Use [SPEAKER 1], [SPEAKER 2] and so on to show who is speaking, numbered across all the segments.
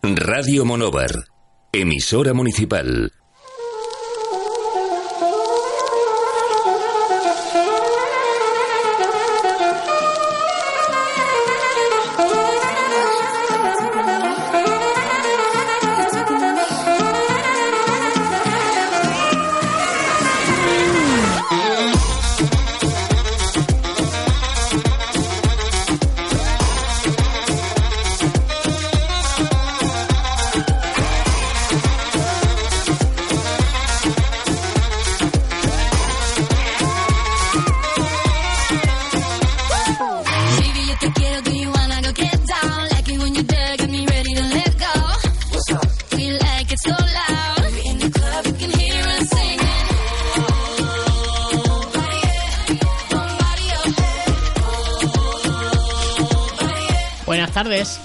[SPEAKER 1] Radio Monóvar, emisora municipal.
[SPEAKER 2] Baby, yo te quiero, do you wanna go get down? Like it when you dare, get me ready to let go. What's up? We like it so loud. We in the club, you can hear us singing. Oh, body, yeah. Oh, body,
[SPEAKER 3] Buenas tardes.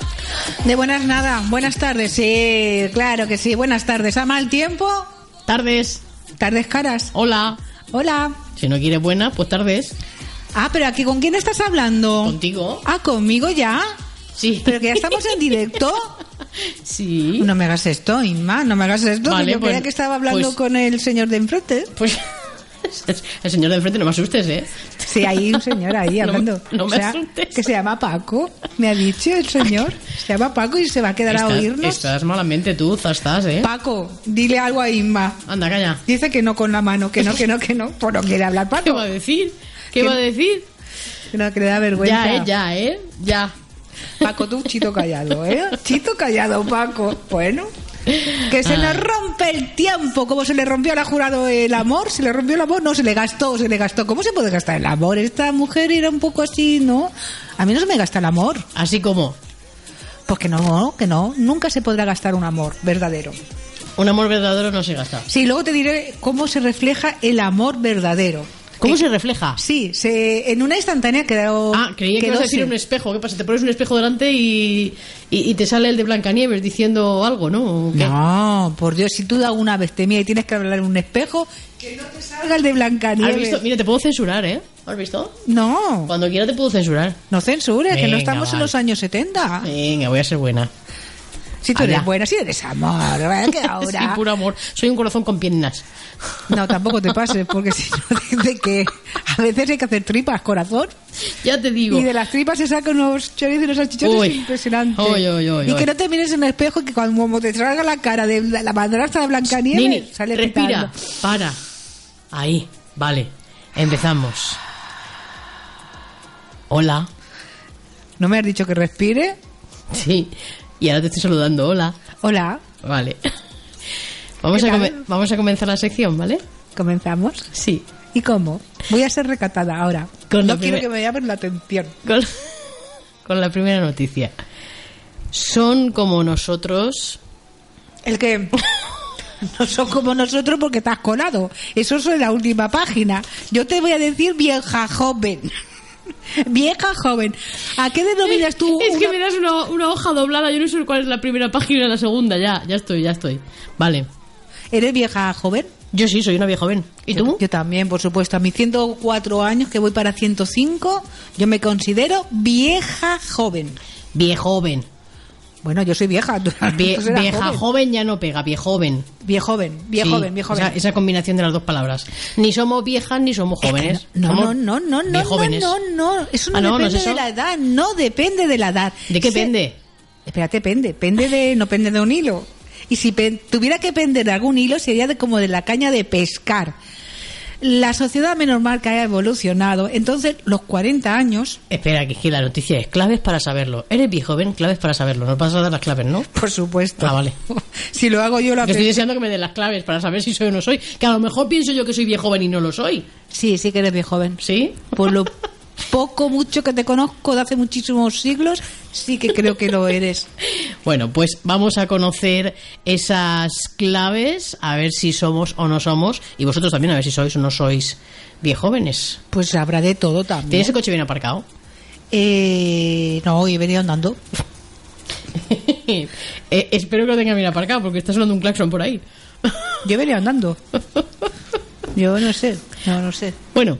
[SPEAKER 4] De buenas nada, buenas tardes, sí, claro que sí, buenas tardes. ¿A mal tiempo?
[SPEAKER 3] Tardes.
[SPEAKER 4] Tardes caras.
[SPEAKER 3] Hola.
[SPEAKER 4] Hola.
[SPEAKER 3] Si no quieres buena, pues tardes.
[SPEAKER 4] Ah, pero aquí, ¿con quién estás
[SPEAKER 3] Oh.
[SPEAKER 4] hablando?
[SPEAKER 3] Contigo.
[SPEAKER 4] Ah, ¿conmigo ya?
[SPEAKER 3] Sí.
[SPEAKER 4] ¿Pero que ya estamos en directo?
[SPEAKER 3] Sí.
[SPEAKER 4] No me hagas esto, Inma, no me hagas esto. que
[SPEAKER 3] Vale,
[SPEAKER 4] yo
[SPEAKER 3] pues-
[SPEAKER 4] creía que estaba hablando
[SPEAKER 3] pues-
[SPEAKER 4] con el señor de enfrente.
[SPEAKER 3] Pues el señor de enfrente, no me asustes, ¿eh?
[SPEAKER 4] Sí, hay un señor ahí
[SPEAKER 3] No me-
[SPEAKER 4] hablando.
[SPEAKER 3] no me
[SPEAKER 4] O sea,
[SPEAKER 3] asustes.
[SPEAKER 4] Que se llama Paco, me ha dicho el señor. Se llama Paco y se va a quedar a
[SPEAKER 3] Estás-
[SPEAKER 4] oírnos.
[SPEAKER 3] Estás malamente tú, estás, ¿eh?
[SPEAKER 4] Paco, dile algo a Inma.
[SPEAKER 3] Anda, calla.
[SPEAKER 4] Dice que no con la mano, que no, que no, que no. Pues no quiere hablar
[SPEAKER 3] ¿Qué
[SPEAKER 4] Paco.
[SPEAKER 3] va a decir? ¿Qué
[SPEAKER 4] Que-
[SPEAKER 3] va a decir?
[SPEAKER 4] No, que le da vergüenza.
[SPEAKER 3] Ya, ¿eh? Ya, ¿eh? Ya.
[SPEAKER 4] Paco, tú, chito callado, ¿eh? Chito callado, Paco. Bueno. Que se
[SPEAKER 3] Ah.
[SPEAKER 4] le rompe el tiempo, como se le rompió a la jurado el amor, se le rompió el amor, no, se le gastó, se le gastó. ¿Cómo se puede gastar el amor? Esta mujer era un poco así, ¿no? A mí no se me gasta el amor,
[SPEAKER 3] Así como
[SPEAKER 4] porque no, que no, nunca se podrá gastar un amor verdadero.
[SPEAKER 3] un amor verdadero no se gasta.
[SPEAKER 4] Sí, luego te diré cómo se refleja el amor verdadero.
[SPEAKER 3] ¿Cómo
[SPEAKER 4] Eh,
[SPEAKER 3] se refleja?
[SPEAKER 4] Sí, se, en una instantánea quedó...
[SPEAKER 3] Ah, creía que ibas a decir
[SPEAKER 4] quedóse.
[SPEAKER 3] un espejo. ¿Qué pasa? Te pones un espejo delante y, y, y te sale el de Blancanieves diciendo algo, ¿no? ¿O qué?
[SPEAKER 4] No, por Dios, si tú de alguna vez te miras y tienes que hablar en un espejo, que no te salga el de
[SPEAKER 3] ¿Has
[SPEAKER 4] Blancanieves.
[SPEAKER 3] visto? Mira, te puedo censurar, ¿eh? ¿Has visto?
[SPEAKER 4] No,
[SPEAKER 3] Cuando quiera te puedo censurar.
[SPEAKER 4] no censures, que
[SPEAKER 3] Venga,
[SPEAKER 4] no estamos en
[SPEAKER 3] vale.
[SPEAKER 4] los años 70.
[SPEAKER 3] Venga, voy a ser buena.
[SPEAKER 4] Si tú eres
[SPEAKER 3] Allá.
[SPEAKER 4] buena, si eres amor, ¿verdad? Que ahora...
[SPEAKER 3] Sí, puro amor. Soy un corazón con piernas.
[SPEAKER 4] No, tampoco te pases, porque si no, dice que a veces hay que hacer tripas, corazón.
[SPEAKER 3] Ya te digo.
[SPEAKER 4] Y de las tripas se sacan unos chorizos y unos salchichones
[SPEAKER 3] Uy.
[SPEAKER 4] impresionantes.
[SPEAKER 3] Uy, uy, uy,
[SPEAKER 4] y
[SPEAKER 3] uy.
[SPEAKER 4] que no te mires en el espejo y que cuando como te salga la cara de la, la madrastra de Blancanieves,
[SPEAKER 3] Nini,
[SPEAKER 4] sale
[SPEAKER 3] respira.
[SPEAKER 4] pitando.
[SPEAKER 3] Para. Ahí. Vale. Empezamos. Hola.
[SPEAKER 4] ¿No me has dicho que respire?
[SPEAKER 3] Sí. Y ahora te estoy saludando. Hola.
[SPEAKER 4] Hola,
[SPEAKER 3] Vale. Vamos
[SPEAKER 4] ¿Qué
[SPEAKER 3] a,
[SPEAKER 4] tal?
[SPEAKER 3] come- vamos a comenzar la sección, ¿vale?
[SPEAKER 4] comenzamos.
[SPEAKER 3] Sí.
[SPEAKER 4] ¿Y cómo? Voy a ser recatada ahora.
[SPEAKER 3] Con
[SPEAKER 4] no
[SPEAKER 3] la
[SPEAKER 4] quiero
[SPEAKER 3] primer-
[SPEAKER 4] que me llamen la atención.
[SPEAKER 3] Con, con la primera noticia. Son como nosotros.
[SPEAKER 4] El que no son como nosotros porque estás colado. Eso es en la última página. Yo te voy a decir vieja joven. Vieja joven. ¿A qué denominas tú?
[SPEAKER 3] Es que
[SPEAKER 4] una-
[SPEAKER 3] me das una, una hoja doblada. Yo no sé cuál es la primera página y la segunda. Ya, ya estoy, ya estoy. Vale.
[SPEAKER 4] ¿Eres vieja joven?
[SPEAKER 3] Yo sí, soy una vieja joven. ¿Y tú?
[SPEAKER 4] Yo, yo también, por supuesto. A mis 104 años, que voy para 105, yo me considero vieja joven.
[SPEAKER 3] Viejo joven.
[SPEAKER 4] Bueno, yo soy vieja. tú-
[SPEAKER 3] Vie-
[SPEAKER 4] tú serás
[SPEAKER 3] vieja joven. ya no pega, viejo joven.
[SPEAKER 4] Viejoven, viejoven,
[SPEAKER 3] Sí,
[SPEAKER 4] viejoven.
[SPEAKER 3] Esa, esa combinación de las dos palabras. Ni somos viejas ni somos jóvenes.
[SPEAKER 4] No, no,
[SPEAKER 3] Somos
[SPEAKER 4] no, no, no,
[SPEAKER 3] viejóvenes.
[SPEAKER 4] no, no, no. Eso no
[SPEAKER 3] Ah, no, ¿no
[SPEAKER 4] depende
[SPEAKER 3] es eso?
[SPEAKER 4] de la edad, no depende de la edad.
[SPEAKER 3] ¿De qué
[SPEAKER 4] Se-
[SPEAKER 3] depende?
[SPEAKER 4] Espérate, pende, pende de, no pende de un hilo. Y si pen- tuviera que pender de algún hilo sería de, como de la caña de pescar. La sociedad menos mal que haya evolucionado, entonces los 40 años,
[SPEAKER 3] Espera, que, es que la noticia es claves para saberlo. Eres viejo joven, claves para saberlo. Nos vas a dar las claves, ¿no?
[SPEAKER 4] por supuesto.
[SPEAKER 3] Ah, vale.
[SPEAKER 4] Si lo hago yo
[SPEAKER 3] Yo
[SPEAKER 4] lo
[SPEAKER 3] estoy
[SPEAKER 4] aprendo.
[SPEAKER 3] deseando que me den las claves para saber si soy o no soy. Que a lo mejor pienso yo que soy viejo joven y no lo soy.
[SPEAKER 4] Sí, sí que eres bien joven.
[SPEAKER 3] ¿Sí?
[SPEAKER 4] Pues lo- poco, mucho que te conozco de hace muchísimos siglos, sí que creo que lo eres.
[SPEAKER 3] Bueno, pues vamos a conocer esas claves, a ver si somos o no somos, y vosotros también a ver si sois o no sois bien jóvenes.
[SPEAKER 4] Pues habrá de todo también.
[SPEAKER 3] ¿Tienes el coche bien aparcado?
[SPEAKER 4] Eh, no, y he venido andando.
[SPEAKER 3] Eh, espero que lo tenga bien aparcado, porque está sonando un claxon por ahí.
[SPEAKER 4] Yo he venido andando. Yo no sé, no, no sé.
[SPEAKER 3] Bueno,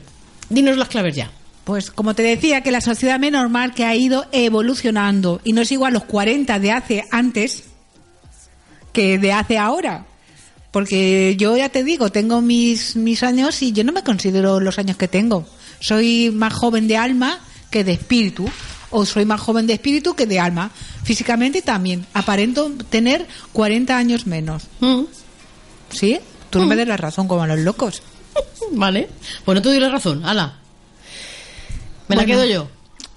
[SPEAKER 3] dinos las claves ya.
[SPEAKER 4] Pues como te decía, que la sociedad menos normal que ha ido evolucionando y no es igual los 40 de hace antes que de hace ahora. Porque yo ya te digo, tengo mis, mis años y yo no me considero los años que tengo. Soy más joven de alma que de espíritu. O soy más joven de espíritu que de alma. Físicamente también. Aparento tener 40 años menos.
[SPEAKER 3] Mm,
[SPEAKER 4] ¿Sí? Tú no me des la razón como a los locos.
[SPEAKER 3] Vale. Bueno, tú doy la razón, ala. Me la
[SPEAKER 4] Bueno.
[SPEAKER 3] quedo yo.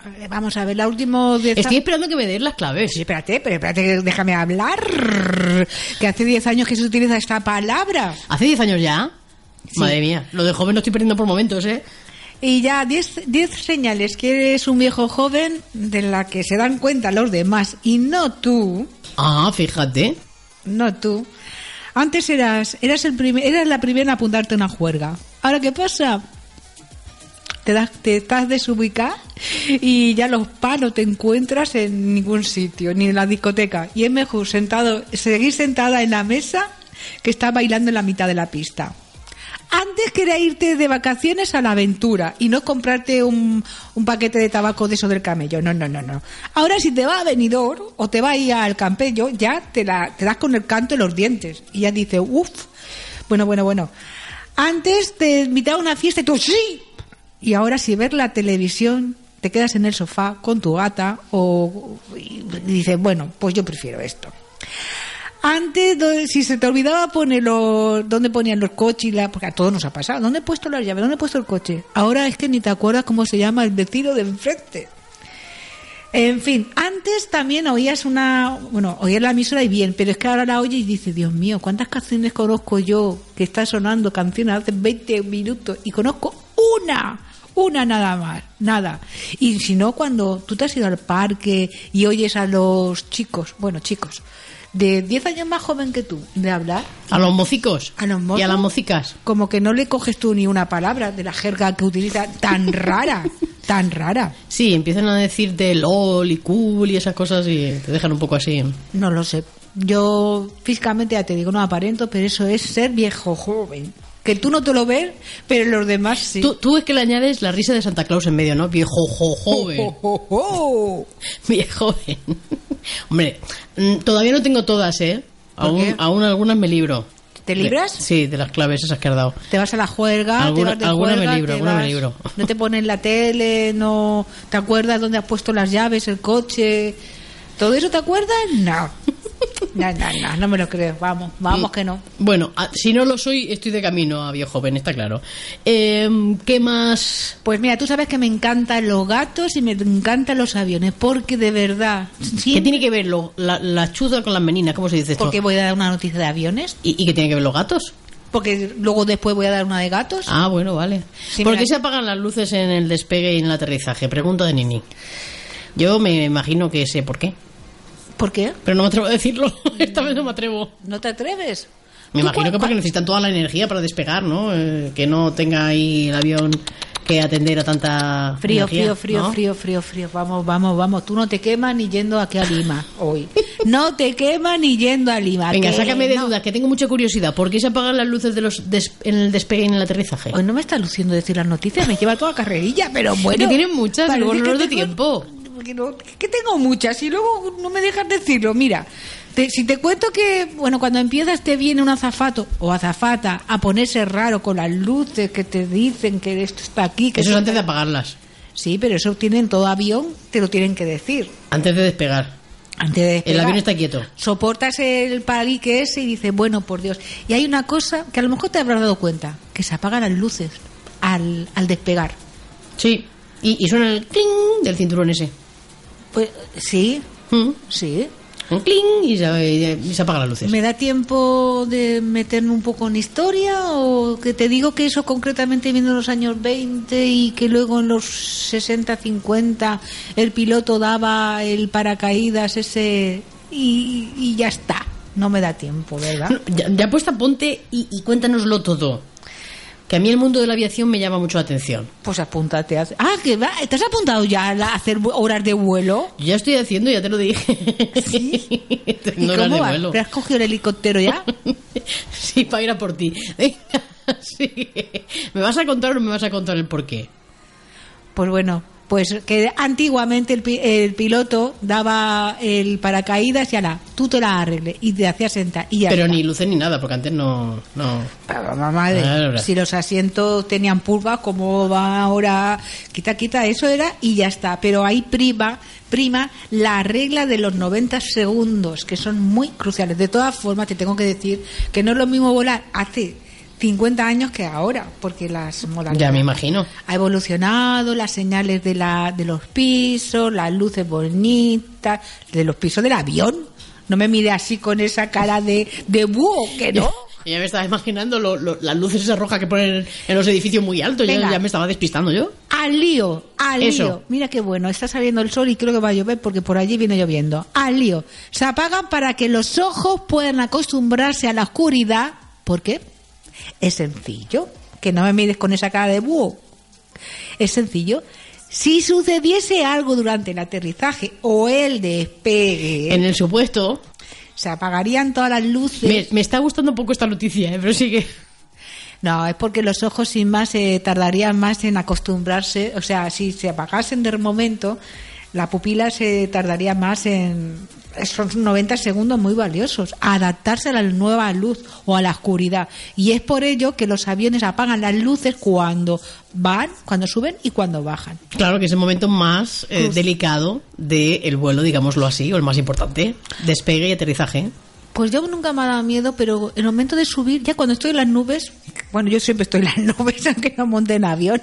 [SPEAKER 4] A ver, Vamos a ver, la última... diez
[SPEAKER 3] Estoy esperando que me des las claves.
[SPEAKER 4] Sí, espérate, pero espérate, que déjame hablar. Que hace 10 años que se utiliza esta palabra.
[SPEAKER 3] ¿Hace 10 años ya?
[SPEAKER 4] Sí.
[SPEAKER 3] Madre mía, lo de joven lo estoy perdiendo por momentos, ¿eh?
[SPEAKER 4] Y ya 10 10 señales que eres un viejo joven de la que se dan cuenta los demás y no tú,
[SPEAKER 3] Ah, fíjate.
[SPEAKER 4] no tú. Antes eras eras el primer, eras la primera en apuntarte a una juerga. Ahora qué pasa? Te, das, te estás desubicada y ya los pa no te encuentras en ningún sitio, ni en la discoteca. Y es mejor sentado, seguir sentada en la mesa que está bailando en la mitad de la pista. Antes quería irte de vacaciones a la aventura y no comprarte un, un paquete de tabaco de eso del camello. No, no, no, no. Ahora si te va a Benidorm o te va a ir al campello, ya te, la, te das con el canto en los dientes. Y ya dices, uff, bueno, bueno, bueno. Antes te invitaba a una fiesta y tú, sí. Y ahora si ver la televisión, te quedas en el sofá con tu gata o y dices, bueno, pues yo prefiero esto. Antes, do- si se te olvidaba poner los, dónde ponían los coches, y la, porque a todos nos ha pasado, ¿dónde he puesto la llave? ¿Dónde he puesto el coche? Ahora es que ni te acuerdas cómo se llama el vecino de enfrente. En fin, antes también oías una, bueno, oías la emisora y bien, pero es que ahora la oyes y dices, Dios mío, ¿cuántas canciones conozco yo que está sonando canciones hace 20 minutos y conozco una, una nada más, nada. Y si no, cuando tú te has ido al parque y oyes a los chicos, bueno, chicos, de 10 años más joven que tú, de hablar,
[SPEAKER 3] A los mocicos.
[SPEAKER 4] A los mozos.
[SPEAKER 3] Y a las mocicas.
[SPEAKER 4] como que no le coges tú ni una palabra de la jerga que utiliza tan rara, tan rara.
[SPEAKER 3] Sí, empiezan a decirte LOL y cool y esas cosas y te dejan un poco así.
[SPEAKER 4] No lo sé. Yo físicamente ya te digo, no aparento, pero eso es ser viejo joven. Que tú no te lo ves, pero los demás sí.
[SPEAKER 3] Tú, tú es que le añades la risa de Santa Claus en medio, ¿no? Viejo jo, joven.
[SPEAKER 4] Jo, jo, jo.
[SPEAKER 3] Viejo joven. Hombre, mm, todavía no tengo todas, ¿eh?
[SPEAKER 4] ¿Por
[SPEAKER 3] Aún,
[SPEAKER 4] qué?
[SPEAKER 3] aún algunas me libro.
[SPEAKER 4] ¿Te libras?
[SPEAKER 3] De- sí, de las claves esas que has dado.
[SPEAKER 4] Te vas a la juerga,
[SPEAKER 3] Alguna-
[SPEAKER 4] te vas de
[SPEAKER 3] alguna me
[SPEAKER 4] juerga,
[SPEAKER 3] libro,
[SPEAKER 4] te
[SPEAKER 3] alguna me
[SPEAKER 4] vas-
[SPEAKER 3] libro.
[SPEAKER 4] No te pones la tele, no te acuerdas dónde has puesto las llaves, el coche. ¿Todo eso te acuerdas? No. No, no, no, no me lo creo. Vamos, vamos que no.
[SPEAKER 3] Bueno, a- si no lo soy, estoy de camino a viejo joven, está claro. Em, ¿Qué más?
[SPEAKER 4] Pues mira, tú sabes que me encantan los gatos y me encantan los aviones, porque de verdad.
[SPEAKER 3] ¿Qué
[SPEAKER 4] siempre-
[SPEAKER 3] tiene que ver lo, la, la chuza con las meninas? ¿Cómo se dice esto?
[SPEAKER 4] Porque voy a dar una noticia de aviones.
[SPEAKER 3] ¿Y, y qué tiene que ver los gatos?
[SPEAKER 4] Porque luego después voy a dar una de gatos.
[SPEAKER 3] Ah, bueno, vale.
[SPEAKER 4] Sí,
[SPEAKER 3] ¿Por
[SPEAKER 4] mira.
[SPEAKER 3] qué se apagan las luces en el despegue y en el aterrizaje? Pregunta de Nini. Yo me imagino que sé por qué,
[SPEAKER 4] ¿Por qué?
[SPEAKER 3] pero no me atrevo a decirlo. Esta vez no me atrevo.
[SPEAKER 4] ¿No te atreves?
[SPEAKER 3] Me
[SPEAKER 4] ¿Tú
[SPEAKER 3] imagino
[SPEAKER 4] cuál-
[SPEAKER 3] que porque necesitan toda la energía para despegar, ¿no? Eh, que no tenga ahí el avión que atender a tanta
[SPEAKER 4] Frío,
[SPEAKER 3] energía,
[SPEAKER 4] frío, frío,
[SPEAKER 3] ¿no?
[SPEAKER 4] frío, frío, frío. Vamos, vamos, vamos. Tú no te quemas ni yendo aquí a Lima hoy. No te quemas ni yendo a Lima.
[SPEAKER 3] Venga,
[SPEAKER 4] que
[SPEAKER 3] sácame de
[SPEAKER 4] no.
[SPEAKER 3] dudas, que tengo mucha curiosidad. ¿Por qué se apagan las luces de los des- en el despegue y en el aterrizaje?
[SPEAKER 4] Hoy no me está luciendo decir las noticias, me lleva toda carrerilla, pero bueno.
[SPEAKER 3] que tienen muchas,
[SPEAKER 4] parece
[SPEAKER 3] luego no
[SPEAKER 4] que
[SPEAKER 3] nos da
[SPEAKER 4] tengo-
[SPEAKER 3] tiempo.
[SPEAKER 4] Que, no- que tengo muchas y luego no me dejas decirlo. Mira, te- si te cuento que, bueno, cuando empiezas te viene un azafato o azafata a ponerse raro con las luces que te dicen que esto está aquí. Que
[SPEAKER 3] Eso es
[SPEAKER 4] esto-
[SPEAKER 3] antes de apagarlas,
[SPEAKER 4] Sí, pero eso tienen todo avión, te lo tienen que decir.
[SPEAKER 3] antes de despegar.
[SPEAKER 4] Antes de despegar.
[SPEAKER 3] El avión está quieto.
[SPEAKER 4] Soportas el palique ese y dices, bueno, por Dios. Y hay una cosa que a lo mejor te habrás dado cuenta, que se apagan las luces al, al despegar.
[SPEAKER 3] Sí. Y, y suena el cling del cinturón ese.
[SPEAKER 4] Pues sí,
[SPEAKER 3] Mm.
[SPEAKER 4] sí.
[SPEAKER 3] un cling y se, y se apagan las luces.
[SPEAKER 4] ¿Me da tiempo de meterme un poco en historia o que te digo que eso concretamente viene en los años 20 y que luego en los 60, 50 el piloto daba el paracaídas ese y, y ya está? No me da tiempo, ¿verdad?
[SPEAKER 3] No, Ya, ya puesta, ponte y, y cuéntanoslo todo. Que a mí el mundo de la aviación me llama mucho la atención.
[SPEAKER 4] Pues apúntate. A... Ah, que va. ¿Te has apuntado ya a la- a hacer bu- horas de vuelo?
[SPEAKER 3] Yo ya estoy haciendo, ya te lo dije.
[SPEAKER 4] ¿Sí?
[SPEAKER 3] Tengo
[SPEAKER 4] ¿Y
[SPEAKER 3] horas
[SPEAKER 4] cómo
[SPEAKER 3] de
[SPEAKER 4] va?
[SPEAKER 3] vuelo.
[SPEAKER 4] ¿Te has cogido el helicóptero ya?
[SPEAKER 3] sí, para ir a por ti. Sí. ¿Me vas a contar o no me vas a contar el por qué?
[SPEAKER 4] Pues bueno, pues que antiguamente el, pi- el piloto daba el paracaídas y ala, tú te la arregles y te hacías sentar y ya
[SPEAKER 3] Pero
[SPEAKER 4] está.
[SPEAKER 3] ni luces ni nada, porque antes no... no.
[SPEAKER 4] Pero, mamá, de-
[SPEAKER 3] Ah, Ahora.
[SPEAKER 4] si los asientos tenían pulgas, ¿cómo va ahora? Quita, quita, eso era y ya está. Pero ahí prima, prima la regla de los 90 segundos, que son muy cruciales. De todas formas, te tengo que decir que no es lo mismo volar hace 50 años que ahora, porque las molas
[SPEAKER 3] Ya me imagino.
[SPEAKER 4] ha evolucionado, las señales de, la, de los pisos, las luces bonitas, de los pisos del avión. No me mire así con esa cara de, de búho, que no.
[SPEAKER 3] Ya me estaba imaginando lo- lo- las luces esas rojas que ponen en los edificios muy altos. Ya,
[SPEAKER 4] Venga.
[SPEAKER 3] ya me estaba despistando yo.
[SPEAKER 4] Al lío, al lío.
[SPEAKER 3] Eso.
[SPEAKER 4] Mira qué bueno, está saliendo el sol y creo que va a llover porque por allí viene lloviendo. Al lío. Se apagan para que los ojos puedan acostumbrarse a la oscuridad. ¿Por qué? Es sencillo. Que no me mires con esa cara de búho. Es sencillo. Si sucediese algo durante el aterrizaje o el despegue,
[SPEAKER 3] En el supuesto...
[SPEAKER 4] se apagarían todas las luces.
[SPEAKER 3] Me, me está gustando un poco esta noticia, ¿eh? pero sí que...
[SPEAKER 4] No, es porque los ojos sin más eh, tardarían más en acostumbrarse, o sea, si se apagasen de momento, la pupila se tardaría más en son 90 segundos muy valiosos, a adaptarse a la nueva luz o a la oscuridad. Y es por ello que los aviones apagan las luces cuando van, cuando suben y cuando bajan.
[SPEAKER 3] Claro que es el momento más eh, delicado del vuelo, digámoslo así, o el más importante. Despegue y aterrizaje.
[SPEAKER 4] Pues yo nunca me ha dado miedo, pero el momento de subir, ya cuando estoy en las nubes, bueno, yo siempre estoy en las nubes, aunque no monte en avión.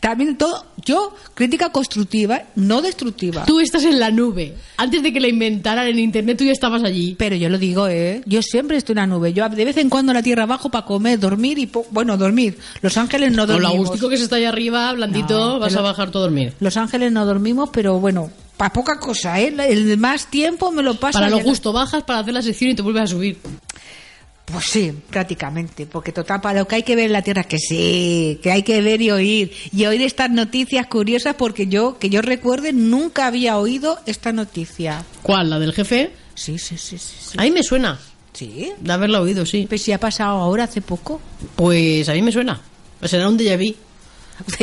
[SPEAKER 4] También todo, yo, crítica constructiva, no destructiva.
[SPEAKER 3] Tú estás en la nube. Antes de que la inventaran en internet, tú ya estabas allí.
[SPEAKER 4] Pero yo lo digo, ¿eh? Yo siempre estoy en la nube. Yo de vez en cuando a la tierra bajo para comer, dormir y... po- bueno, dormir. Los ángeles no
[SPEAKER 3] Con lo
[SPEAKER 4] dormimos.
[SPEAKER 3] agústico que se está allá arriba, blandito,
[SPEAKER 4] No,
[SPEAKER 3] vas
[SPEAKER 4] pero-
[SPEAKER 3] a bajar todo a dormir.
[SPEAKER 4] Los ángeles no dormimos, pero bueno, para poca cosa, ¿eh? El más tiempo me lo paso...
[SPEAKER 3] Para lo
[SPEAKER 4] allá-
[SPEAKER 3] justo bajas, para hacer la sección y te vuelves a subir.
[SPEAKER 4] Pues sí, prácticamente, porque total, para lo que hay que ver en la Tierra, que sí, que hay que ver y oír, y oír estas noticias curiosas, porque yo, que yo recuerde, nunca había oído esta noticia.
[SPEAKER 3] ¿Cuál? ¿La del jefe?
[SPEAKER 4] Sí, sí, sí, sí. Sí.
[SPEAKER 3] A mí me suena.
[SPEAKER 4] ¿Sí?
[SPEAKER 3] De haberla oído, sí.
[SPEAKER 4] Pues si ha pasado ahora, hace poco.
[SPEAKER 3] Pues a mí me suena. Será un déjà vu.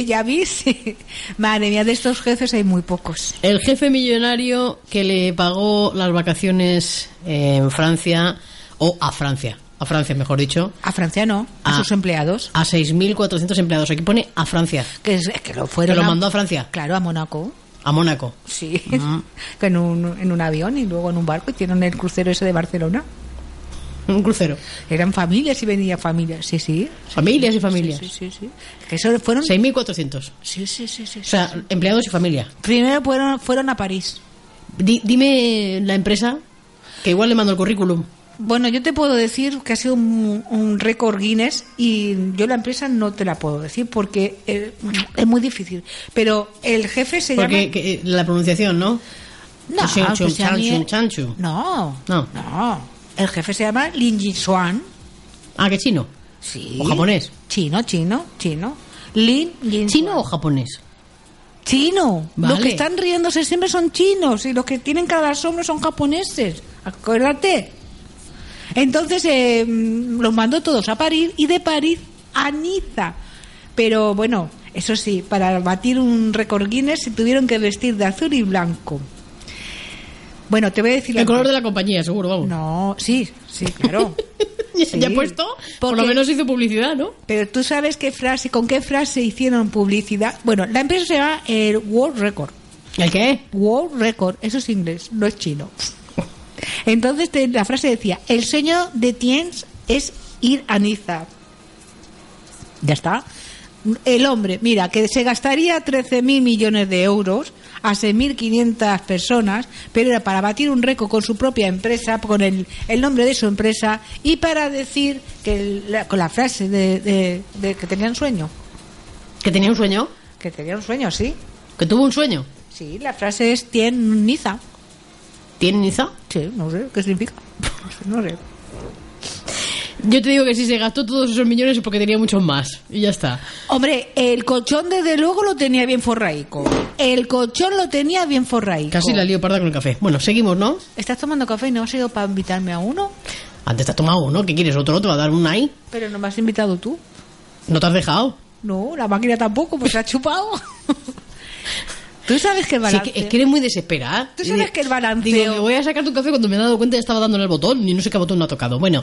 [SPEAKER 4] ¿Ya vi? Sí. Madre mía, de estos jefes hay muy pocos.
[SPEAKER 3] El jefe millonario que le pagó las vacaciones en Francia, o a Francia, a Francia mejor dicho,
[SPEAKER 4] A Francia no, a
[SPEAKER 3] Ah.
[SPEAKER 4] sus empleados.
[SPEAKER 3] a 6.400 empleados. Aquí pone a Francia,
[SPEAKER 4] Que, es- es que lo
[SPEAKER 3] que
[SPEAKER 4] fueron
[SPEAKER 3] lo mandó a Francia, Ah.
[SPEAKER 4] Claro, a Mónaco.
[SPEAKER 3] a Mónaco.
[SPEAKER 4] Sí, que en un, en un avión y luego en un barco, y tienen el crucero ese de Barcelona.
[SPEAKER 3] Un crucero.
[SPEAKER 4] Eran familias y venía familias, sí, sí.
[SPEAKER 3] Familias y familias.
[SPEAKER 4] Sí, sí, sí. Que eso fueron...
[SPEAKER 3] 6.400.
[SPEAKER 4] Sí, sí, sí, sí,
[SPEAKER 3] O
[SPEAKER 4] sí.
[SPEAKER 3] sea, empleados y familia.
[SPEAKER 4] Primero fueron, fueron a París.
[SPEAKER 3] Di- dime la empresa, que igual le mando el currículum.
[SPEAKER 4] Bueno, yo te puedo decir que ha sido un, un récord Guinness y yo la empresa no te la puedo decir porque eh, es muy difícil. Pero el jefe se
[SPEAKER 3] Porque
[SPEAKER 4] llama...
[SPEAKER 3] que- eh, la pronunciación, ¿no?
[SPEAKER 4] No,
[SPEAKER 3] Chun, chun,
[SPEAKER 4] pues a
[SPEAKER 3] chan,
[SPEAKER 4] mí-
[SPEAKER 3] chun, chan, chun.
[SPEAKER 4] no,
[SPEAKER 3] No.
[SPEAKER 4] no. El jefe se llama Lin Jinsuan.
[SPEAKER 3] Ah, que chino.
[SPEAKER 4] Sí.
[SPEAKER 3] ¿O japonés?
[SPEAKER 4] Chino, chino, chino. Lin Jinsuan.
[SPEAKER 3] ¿Chino o japonés?
[SPEAKER 4] Chino.
[SPEAKER 3] Vale.
[SPEAKER 4] Los que están riéndose siempre son chinos y los que tienen cara de asombro son japoneses. Acuérdate. Entonces eh, mm, los mandó todos a París y de París a Niza. Pero bueno, eso sí, para batir un récord Guinness se tuvieron que vestir de azul y blanco. Bueno, te voy a decir...
[SPEAKER 3] El color de la compañía, seguro, vamos.
[SPEAKER 4] pues. No, sí, sí, claro. Sí.
[SPEAKER 3] Ya puesto, por lo
[SPEAKER 4] Porque-
[SPEAKER 3] menos hizo publicidad, ¿no?
[SPEAKER 4] Pero tú sabes qué frase, con qué frase hicieron publicidad. Bueno, la empresa se llama el World Record.
[SPEAKER 3] ¿El qué?
[SPEAKER 4] World Record, eso es inglés, no es chino. Entonces te- la frase decía, el sueño de Tiens es ir a Niza. Ya está. El hombre, mira, que se gastaría 13.000 millones de euros a 6.500 personas, pero era para batir un récord con su propia empresa, con el, el nombre de su empresa, y para decir que el- la- con la frase de, de- de que tenían sueño.
[SPEAKER 3] ¿Que tenía un sueño?
[SPEAKER 4] Que tenían sueño, sí.
[SPEAKER 3] ¿Que tuvo un sueño?
[SPEAKER 4] Sí, la frase es Tien Niza.
[SPEAKER 3] ¿Tiene Niza?
[SPEAKER 4] Sí, no sé, ¿qué significa? No sé.
[SPEAKER 3] Yo te digo que si se gastó todos esos millones es porque tenía muchos más. Y ya está.
[SPEAKER 4] Hombre, el colchón desde luego lo tenía bien forraico. El colchón lo tenía bien forraico.
[SPEAKER 3] Casi la lío parda con el café. Bueno, seguimos, ¿no?
[SPEAKER 4] ¿Estás tomando café y no has ido para invitarme a uno?
[SPEAKER 3] Antes te has tomado uno. ¿Qué quieres? ¿Otro? ¿Te va a dar un ahí?
[SPEAKER 4] Pero no me has invitado tú.
[SPEAKER 3] ¿No te has dejado?
[SPEAKER 4] No, la máquina tampoco, pues se ha chupado. tú sabes que el
[SPEAKER 3] Sí,
[SPEAKER 4] balance...
[SPEAKER 3] que- es que eres muy desesperada.
[SPEAKER 4] Tú sabes que el balanceo-
[SPEAKER 3] Digo, me voy a sacar tu café cuando me he dado cuenta ya estaba dándole el botón y no sé qué botón no ha tocado. Bueno,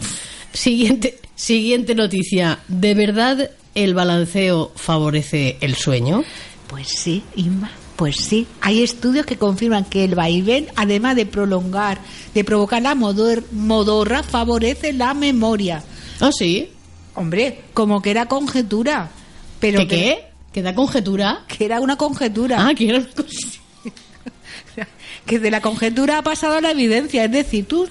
[SPEAKER 3] siguiente, siguiente noticia. ¿De verdad el balanceo favorece el sueño?
[SPEAKER 4] Pues sí, Inma, pues sí. Hay estudios que confirman que el vaivén, además de prolongar, de provocar la modor- modorra, favorece la memoria.
[SPEAKER 3] Ah, sí.
[SPEAKER 4] Hombre, como que era conjetura. Pero
[SPEAKER 3] ¿Qué
[SPEAKER 4] que-
[SPEAKER 3] qué? ¿Que da conjetura?
[SPEAKER 4] Que era una conjetura.
[SPEAKER 3] Ah, que era...
[SPEAKER 4] que de la conjetura ha pasado a la evidencia. Es decir, tú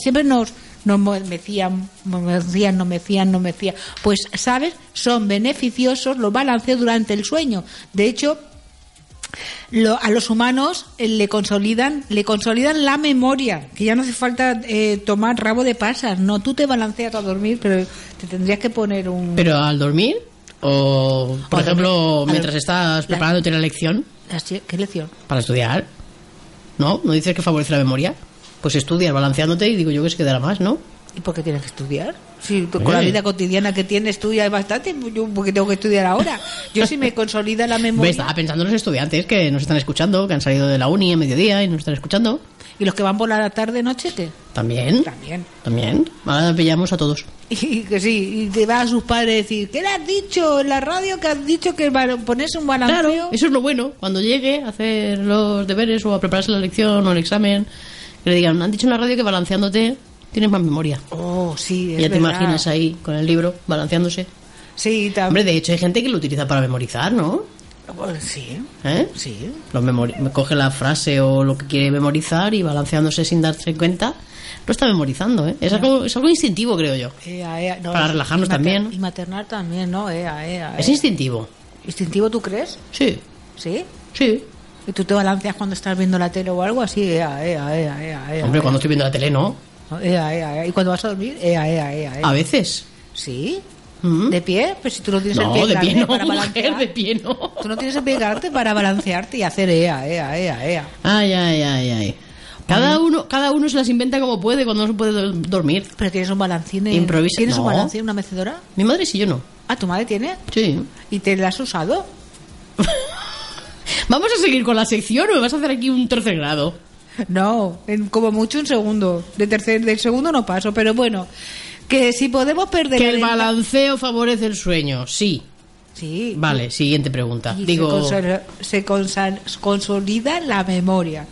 [SPEAKER 4] siempre nos nos mecían, nos mecían, nos mecían, nos mecían. Pues, ¿sabes? Son beneficiosos los balanceos durante el sueño. De hecho, lo- a los humanos eh, le consolidan le consolidan la memoria que ya no hace falta eh, tomar rabo de pasas no tú te balanceas a dormir pero te tendrías que poner un
[SPEAKER 3] ¿Pero al dormir? ¿O, por
[SPEAKER 4] O
[SPEAKER 3] ejemplo,
[SPEAKER 4] dormir.
[SPEAKER 3] mientras
[SPEAKER 4] Al-
[SPEAKER 3] estás
[SPEAKER 4] la-
[SPEAKER 3] preparándote la lección
[SPEAKER 4] Así- qué lección
[SPEAKER 3] para estudiar? ¿No? ¿No dices que favorece la memoria? Pues estudias balanceándote y digo yo que se quedará más, ¿no?
[SPEAKER 4] ¿Y por qué tienes que estudiar? Si tú con la
[SPEAKER 3] Eh.
[SPEAKER 4] vida cotidiana que tienes estudias bastante, pues yo porque tengo que estudiar ahora. Yo si me consolida la
[SPEAKER 3] Me
[SPEAKER 4] memoria
[SPEAKER 3] estaba Ah, pensando en los estudiantes que nos están escuchando, que han salido de la uni a mediodía y nos están escuchando.
[SPEAKER 4] y los que van por la tarde noche qué?
[SPEAKER 3] También.
[SPEAKER 4] También.
[SPEAKER 3] También. Ahora pillamos a todos.
[SPEAKER 4] Y que sí, y te va a sus padres a decir, ¿qué le has dicho en la radio que has dicho que va- pones un balanceo?
[SPEAKER 3] Claro, eso es lo bueno. Cuando llegue a hacer los deberes o a prepararse la lección o el examen, que le digan, han dicho en la radio que balanceándote tienes más memoria.
[SPEAKER 4] Oh, sí,
[SPEAKER 3] Y
[SPEAKER 4] es
[SPEAKER 3] ya te
[SPEAKER 4] verdad.
[SPEAKER 3] imaginas ahí con el libro balanceándose.
[SPEAKER 4] Sí,
[SPEAKER 3] Hombre,
[SPEAKER 4] también. Oh,
[SPEAKER 3] de hecho hay gente que lo utiliza para memorizar, ¿no?
[SPEAKER 4] sí,
[SPEAKER 3] ¿Eh?
[SPEAKER 4] sí.
[SPEAKER 3] Lo memori- coge la frase o lo que quiere memorizar y balanceándose sin darse cuenta, lo está memorizando, ¿eh? Es algo, es algo instintivo, creo yo.
[SPEAKER 4] Ea, ea, no,
[SPEAKER 3] Para
[SPEAKER 4] es-
[SPEAKER 3] relajarnos
[SPEAKER 4] y mater-
[SPEAKER 3] también, ¿no?
[SPEAKER 4] Y maternar también, ¿no? Ea, ea,
[SPEAKER 3] Es
[SPEAKER 4] ea.
[SPEAKER 3] instintivo.
[SPEAKER 4] ¿Instintivo tú crees?
[SPEAKER 3] Sí,
[SPEAKER 4] Sí.
[SPEAKER 3] sí.
[SPEAKER 4] ¿Y tú te balanceas cuando estás viendo la tele o algo así? Ea, ea, ea, ea, ea.
[SPEAKER 3] Hombre, cuando estoy viendo la tele, no.
[SPEAKER 4] Ea, ea, ea. ¿Y cuando vas a dormir? Ea, ea, ea, ea.
[SPEAKER 3] A veces.
[SPEAKER 4] ¿Sí?
[SPEAKER 3] ¿Mm?
[SPEAKER 4] ¿De pie? Pues si tú no tienes el pie
[SPEAKER 3] No, de
[SPEAKER 4] grande
[SPEAKER 3] pie no,
[SPEAKER 4] para
[SPEAKER 3] mujer,
[SPEAKER 4] balancear.
[SPEAKER 3] de pie no.
[SPEAKER 4] Tú no tienes el pie grande para balancearte y hacer ea, ea, ea, ea.
[SPEAKER 3] Ay, ay, ay, ay. Cada uno, cada uno se las inventa como puede cuando no se puede do- dormir.
[SPEAKER 4] Pero tienes un balancine.
[SPEAKER 3] Improvisa-
[SPEAKER 4] ¿Tienes un
[SPEAKER 3] no.
[SPEAKER 4] balancine, una mecedora?
[SPEAKER 3] Mi madre sí, yo no.
[SPEAKER 4] Ah, tu madre tiene.
[SPEAKER 3] Sí.
[SPEAKER 4] ¿Y te la has usado?
[SPEAKER 3] Vamos a seguir con la sección o me vas a hacer aquí un tercer grado.
[SPEAKER 4] No, en- como mucho un segundo. De tercer, del segundo no paso, pero bueno. Que si podemos perder
[SPEAKER 3] Que el
[SPEAKER 4] enta-
[SPEAKER 3] balanceo favorece el sueño, sí.
[SPEAKER 4] Sí.
[SPEAKER 3] Vale, siguiente pregunta.
[SPEAKER 4] Y
[SPEAKER 3] Digo,
[SPEAKER 4] se, consola- se consa- consolida la memoria.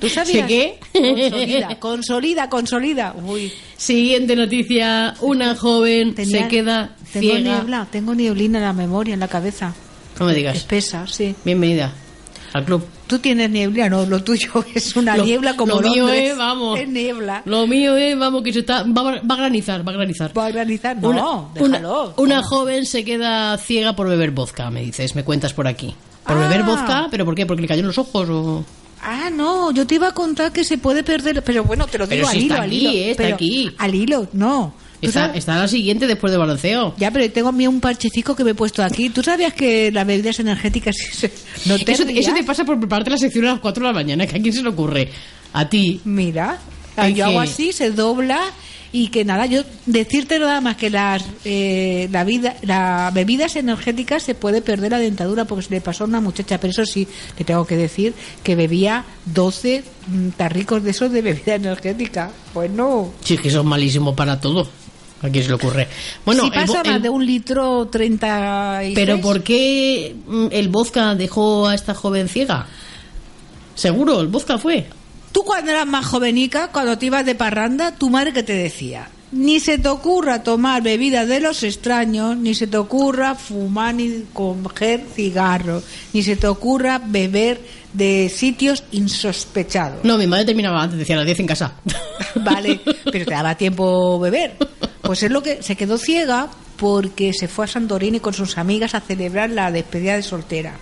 [SPEAKER 4] ¿Tú sabías?
[SPEAKER 3] ¿Sé
[SPEAKER 4] Consolida, consolida, consolida. Uy,
[SPEAKER 3] siguiente noticia. Una joven
[SPEAKER 4] tenía-
[SPEAKER 3] se queda
[SPEAKER 4] tengo
[SPEAKER 3] ciega.
[SPEAKER 4] Niebla, tengo nieblina en la memoria, en la cabeza.
[SPEAKER 3] No me digas.
[SPEAKER 4] Espesa, sí.
[SPEAKER 3] Bienvenida al club.
[SPEAKER 4] Tú tienes niebla, no, lo tuyo es una
[SPEAKER 3] Lo-
[SPEAKER 4] niebla como
[SPEAKER 3] lo mío
[SPEAKER 4] Londres.
[SPEAKER 3] es, vamos.
[SPEAKER 4] Es niebla.
[SPEAKER 3] Lo mío es, vamos, que se está, va, a- va a granizar, va a granizar.
[SPEAKER 4] Va a organizar. No,
[SPEAKER 3] una,
[SPEAKER 4] déjalo.
[SPEAKER 3] una
[SPEAKER 4] Vamos.
[SPEAKER 3] joven se queda ciega por beber vodka, me dices, me cuentas por aquí. ¿Por
[SPEAKER 4] Ah.
[SPEAKER 3] beber vodka? ¿Pero por qué? ¿Porque le cayó en los ojos o...?
[SPEAKER 4] Ah, no, yo te iba a contar que se puede perder, pero bueno, te lo
[SPEAKER 3] Pero
[SPEAKER 4] digo
[SPEAKER 3] si
[SPEAKER 4] al hilo,
[SPEAKER 3] está
[SPEAKER 4] al
[SPEAKER 3] aquí,
[SPEAKER 4] hilo.
[SPEAKER 3] eh, está
[SPEAKER 4] Pero
[SPEAKER 3] aquí.
[SPEAKER 4] Al hilo, no. ¿Tú
[SPEAKER 3] Está,
[SPEAKER 4] sabes?
[SPEAKER 3] está la siguiente después de balanceo.
[SPEAKER 4] Ya, pero tengo a mí un parchecico que me he puesto aquí. ¿Tú sabías que las bebidas energéticas... no te
[SPEAKER 3] Eso,
[SPEAKER 4] rías?
[SPEAKER 3] eso te pasa por prepararte la sección a las 4 de la mañana, que a quién se le ocurre. A ti.
[SPEAKER 4] Mira,
[SPEAKER 3] Es
[SPEAKER 4] Ah, yo hago
[SPEAKER 3] que-
[SPEAKER 4] así, se dobla y que nada, yo decirte nada más que las eh, la vida, las bebidas energéticas se puede perder la dentadura porque se le pasó a una muchacha, pero eso sí, te tengo que decir que bebía 12 mm, tarricos de esos de bebida energética. Pues no.
[SPEAKER 3] Sí, es que eso es malísimo para todo. ¿A quién se le ocurre? Bueno,
[SPEAKER 4] si
[SPEAKER 3] el vo-
[SPEAKER 4] pasa más
[SPEAKER 3] el-
[SPEAKER 4] de un litro 36...
[SPEAKER 3] Pero ¿por qué mm, el vodka dejó a esta joven ciega? Seguro, el vodka fue.
[SPEAKER 4] Tú cuando eras más jovenica, cuando te ibas de parranda, tu madre que te decía, ni se te ocurra tomar bebidas de los extraños, ni se te ocurra fumar ni coger cigarros, ni se te ocurra beber de sitios insospechados.
[SPEAKER 3] No, mi madre terminaba antes, decía a las 10 en casa.
[SPEAKER 4] Vale, pero te daba tiempo beber. Pues es lo que se quedó ciega porque se fue a Santorini con sus amigas a celebrar la despedida de soltera.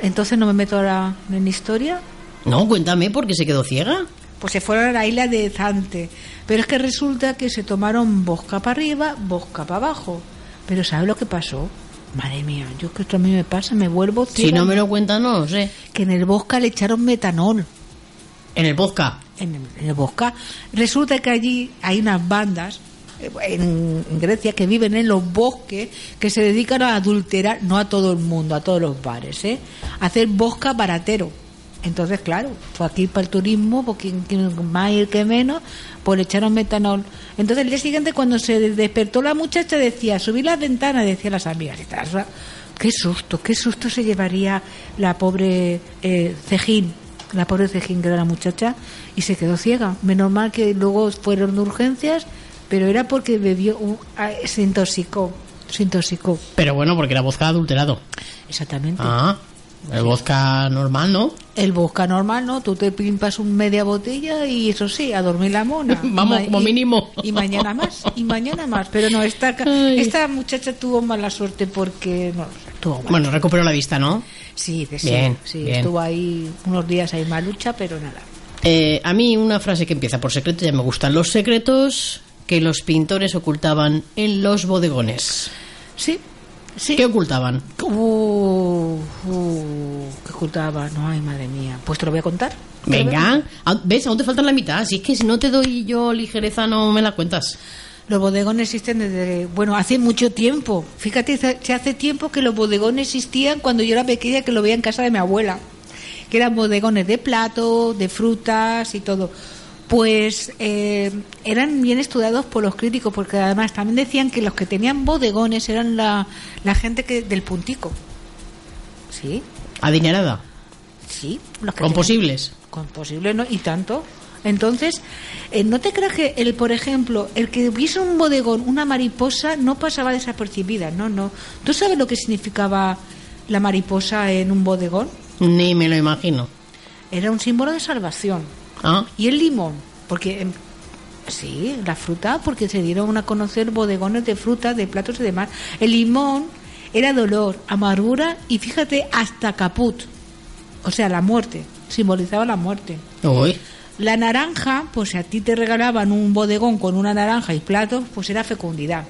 [SPEAKER 4] Entonces no me meto ahora en historia.
[SPEAKER 3] No, cuéntame, porque se quedó ciega.
[SPEAKER 4] Pues se fueron a la isla de Zante. Pero es que resulta que se tomaron bosca para arriba, bosca para abajo. Pero ¿sabes lo que pasó? Madre mía, yo es que esto a mí me pasa, me vuelvo
[SPEAKER 3] Si
[SPEAKER 4] ciega.
[SPEAKER 3] no me lo cuentas, no lo sé.
[SPEAKER 4] Que en el bosca le echaron metanol.
[SPEAKER 3] En el podcast.
[SPEAKER 4] en el, en el Bosca. Resulta que allí hay unas bandas eh, en, en Grecia que viven en los bosques que se dedican a adulterar, no a todo el mundo, a todos los bares, ¿eh? a hacer bosca baratero. Entonces, claro, fue aquí para el turismo, porque quien- quien más y el que menos, pues le echaron metanol. Entonces, el día siguiente, cuando se despertó la muchacha, decía, subí las ventanas, decía a las amigas, "Estás ra- qué susto, qué susto se llevaría la pobre eh, Cejín la pobre Cejín, que era la muchacha, y se quedó ciega. Menos mal que luego fueron de urgencias, pero era porque bebió, un- ah, se intoxicó, se intoxicó.
[SPEAKER 3] Pero bueno, porque era vodka adulterado.
[SPEAKER 4] Exactamente.
[SPEAKER 3] Ah, el vodka normal, ¿no?
[SPEAKER 4] El bosca normal, ¿no? Tú te pimpas un media botella y eso sí, a dormir la mona.
[SPEAKER 3] Vamos,
[SPEAKER 4] Ma-
[SPEAKER 3] como
[SPEAKER 4] y-
[SPEAKER 3] mínimo.
[SPEAKER 4] Y mañana más, y mañana más. Pero no, esta, ca-
[SPEAKER 3] Ay.
[SPEAKER 4] esta muchacha tuvo mala suerte porque... No, tuvo mala
[SPEAKER 3] Bueno, recuperó la vista, ¿no?
[SPEAKER 4] Sí, que sí,
[SPEAKER 3] Bien,
[SPEAKER 4] sí,
[SPEAKER 3] bien.
[SPEAKER 4] estuvo ahí unos días ahí malucha, pero nada.
[SPEAKER 3] Eh, a mí una frase que empieza por secreto ya me gustan. Los secretos que los pintores ocultaban en los bodegones.
[SPEAKER 4] Sí, sí.
[SPEAKER 3] ¿Qué ocultaban?
[SPEAKER 4] Uh, uh, que ocultaba, no, ay madre mía. Pues te lo voy a contar. Te lo voy a contar.
[SPEAKER 3] Venga, Ah, ¿ves? Aún te faltan la mitad. Si es que si no te doy yo ligereza no me la cuentas.
[SPEAKER 4] Los bodegones existen desde, bueno, hace mucho tiempo. Fíjate, se se hace tiempo que los bodegones existían cuando yo era pequeña, que lo veía en casa de mi abuela. Que eran bodegones de platos, de frutas y todo. Pues eh, eran bien estudiados por los críticos, porque además también decían que los que tenían bodegones eran la, la gente que del puntico. Sí,
[SPEAKER 3] Adinerada,
[SPEAKER 4] Pues sí. Los que
[SPEAKER 3] con
[SPEAKER 4] tenían-
[SPEAKER 3] posibles.
[SPEAKER 4] Con posible no, y tanto. Entonces, eh, ¿no te creas que, el, por ejemplo, el que hubiese un bodegón, una mariposa, no pasaba desapercibida? No, no. ¿Tú sabes lo que significaba la mariposa en un bodegón?
[SPEAKER 3] Ni me lo imagino.
[SPEAKER 4] Era un símbolo de salvación.
[SPEAKER 3] Ah,
[SPEAKER 4] Y el limón, porque em, sí, la fruta, porque se dieron a conocer bodegones de fruta, de platos y demás. El limón era dolor, amargura y fíjate, hasta caput. O sea, la muerte. Simbolizaba la muerte.
[SPEAKER 3] uy.
[SPEAKER 4] La naranja, pues si a ti te regalaban un bodegón con una naranja y platos, pues era fecundidad.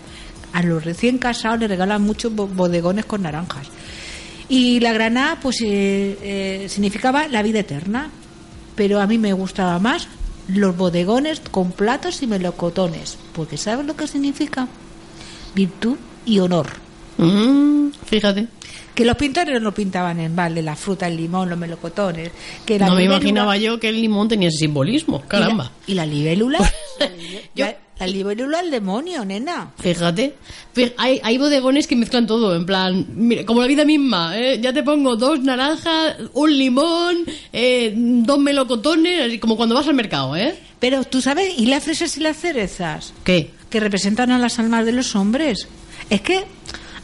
[SPEAKER 4] A los recién casados le regalan muchos bo- bodegones con naranjas. Y la granada, pues eh, eh, significaba la vida eterna. Pero a mí me gustaba más los bodegones con platos y melocotones, porque ¿sabes lo que significa? Virtud y honor.
[SPEAKER 3] Mm, fíjate.
[SPEAKER 4] Que los pintores no pintaban en balde la fruta, el limón, los melocotones. Que la
[SPEAKER 3] No me
[SPEAKER 4] libélula-
[SPEAKER 3] imaginaba yo que el limón tenía ese simbolismo. Caramba.
[SPEAKER 4] ¿Y la, y la libélula? La libe-
[SPEAKER 3] Yo-
[SPEAKER 4] la, la libélula al demonio, nena.
[SPEAKER 3] Fíjate, Fí- hay, hay bodegones que mezclan todo, en plan, mira, como la vida misma, ¿eh? ya te pongo dos naranjas, un limón, eh, dos melocotones, así como cuando vas al mercado, ¿eh?
[SPEAKER 4] Pero tú sabes, ¿y las fresas y las cerezas?
[SPEAKER 3] ¿Qué?
[SPEAKER 4] Que representan a las almas de los hombres. Es que,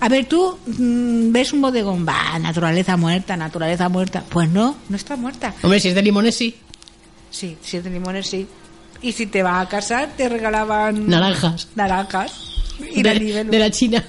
[SPEAKER 4] a ver, tú mm, ves un bodegón, va, naturaleza muerta, naturaleza muerta. Pues no, no está muerta.
[SPEAKER 3] Hombre, si es de limones, sí.
[SPEAKER 4] Sí, siete limones sí. Y si te vas a casar, te regalaban
[SPEAKER 3] Naranjas.
[SPEAKER 4] naranjas. Y la
[SPEAKER 3] de,
[SPEAKER 4] libélula.
[SPEAKER 3] de la China.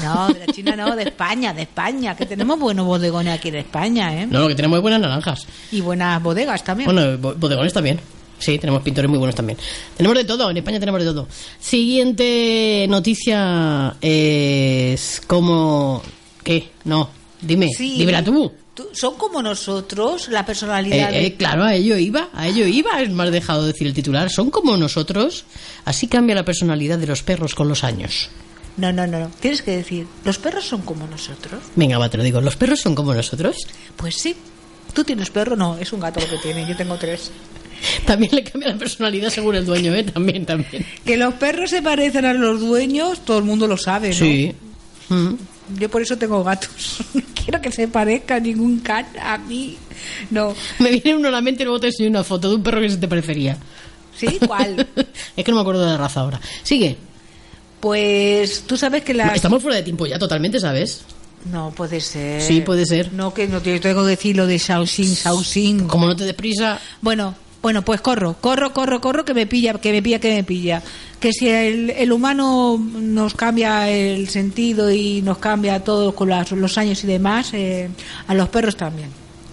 [SPEAKER 4] No, de la China no, de España, de España. Que tenemos buenos bodegones aquí en España, ¿eh?
[SPEAKER 3] No, lo que tenemos es buenas naranjas.
[SPEAKER 4] Y buenas bodegas también.
[SPEAKER 3] Bueno, bo- bodegones también. Sí, tenemos pintores muy buenos también. Tenemos de todo, en España tenemos de todo. Siguiente noticia es como... ¿Qué? No, dime,
[SPEAKER 4] Sí.
[SPEAKER 3] dímela tú.
[SPEAKER 4] Tú- Son como nosotros, la
[SPEAKER 3] Eh,
[SPEAKER 4] personalidad.
[SPEAKER 3] eh, claro, a ello iba, a ello iba, es más dejado de decir el titular. Son como nosotros, así cambia la personalidad de los perros con los años.
[SPEAKER 4] No, no, no, no. Tienes que decir, ¿los perros son como nosotros?
[SPEAKER 3] Venga, va, te lo digo, ¿los perros son como nosotros?
[SPEAKER 4] Pues sí. ¿Tú tienes perro? No, es un gato lo que tiene, yo tengo tres.
[SPEAKER 3] También le cambia la personalidad según el dueño, ¿eh? También, también.
[SPEAKER 4] Que los perros se parecen a los dueños, todo el mundo lo sabe, ¿no?
[SPEAKER 3] Sí. Mm.
[SPEAKER 4] Yo por eso tengo gatos. No quiero que se parezca ningún can a mí. No.
[SPEAKER 3] Me viene uno a la mente y luego te enseño una foto de un perro que se te parecería.
[SPEAKER 4] ¿Sí? ¿Cuál?
[SPEAKER 3] es que no me acuerdo de la raza ahora. Sigue.
[SPEAKER 4] Pues tú sabes que las...
[SPEAKER 3] Estamos fuera de tiempo ya totalmente, ¿sabes?
[SPEAKER 4] No puede ser.
[SPEAKER 3] Sí, puede ser.
[SPEAKER 4] No, que no te tengo que decir lo de Shaoxing, Shaoxing.
[SPEAKER 3] Como no te deprisa,
[SPEAKER 4] Bueno, bueno, pues corro, corro, corro, corro, que me pilla, que me pilla, que me pilla. Que si el, el humano nos cambia el sentido y nos cambia todo con las- los años y demás, eh, a los perros también.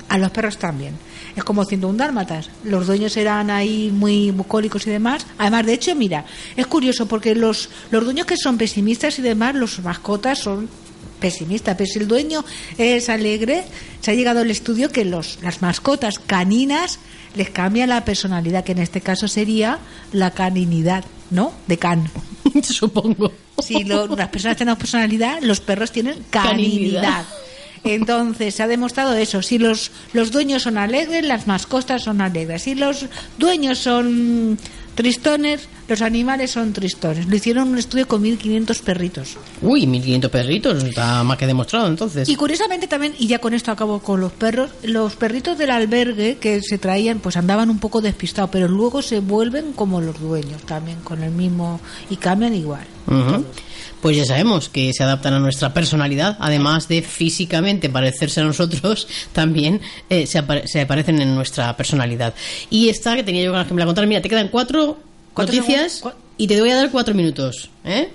[SPEAKER 4] A los perros también. Es como 101 dálmatas. Los dueños eran ahí muy bucólicos y demás. Además, de hecho, mira, es curioso porque los, los dueños que son pesimistas y demás, los mascotas son pesimista, pero si el dueño es alegre, se ha llegado al estudio que los, las mascotas caninas les cambia la personalidad, que en este caso sería la caninidad, ¿no? De can.
[SPEAKER 3] supongo.
[SPEAKER 4] Si lo- las personas tenemos personalidad, los perros tienen caninidad.
[SPEAKER 3] Caninidad.
[SPEAKER 4] Entonces, se ha demostrado eso. Si los, los dueños son alegres, las mascotas son alegres. Si los dueños son tristones, los animales son tristones. Lo hicieron en un estudio con 1.500 perritos.
[SPEAKER 3] Uy, 1500 perritos, está más que demostrado entonces.
[SPEAKER 4] Y curiosamente también, y ya con esto acabo con los perros, los perritos del albergue que se traían, pues andaban un poco despistados, pero luego se vuelven como los dueños también, con el mismo, y cambian igual.
[SPEAKER 3] Ujú. Pues ya sabemos que se adaptan a nuestra personalidad, además de físicamente parecerse a nosotros, también eh, se, apare- se parecen en nuestra personalidad. Y esta que tenía yo ganas que me la contar, mira, te quedan cuatro,
[SPEAKER 4] ¿Cuatro
[SPEAKER 3] noticias
[SPEAKER 4] segundos? Cua-
[SPEAKER 3] y te voy a dar cuatro minutos. ¿eh?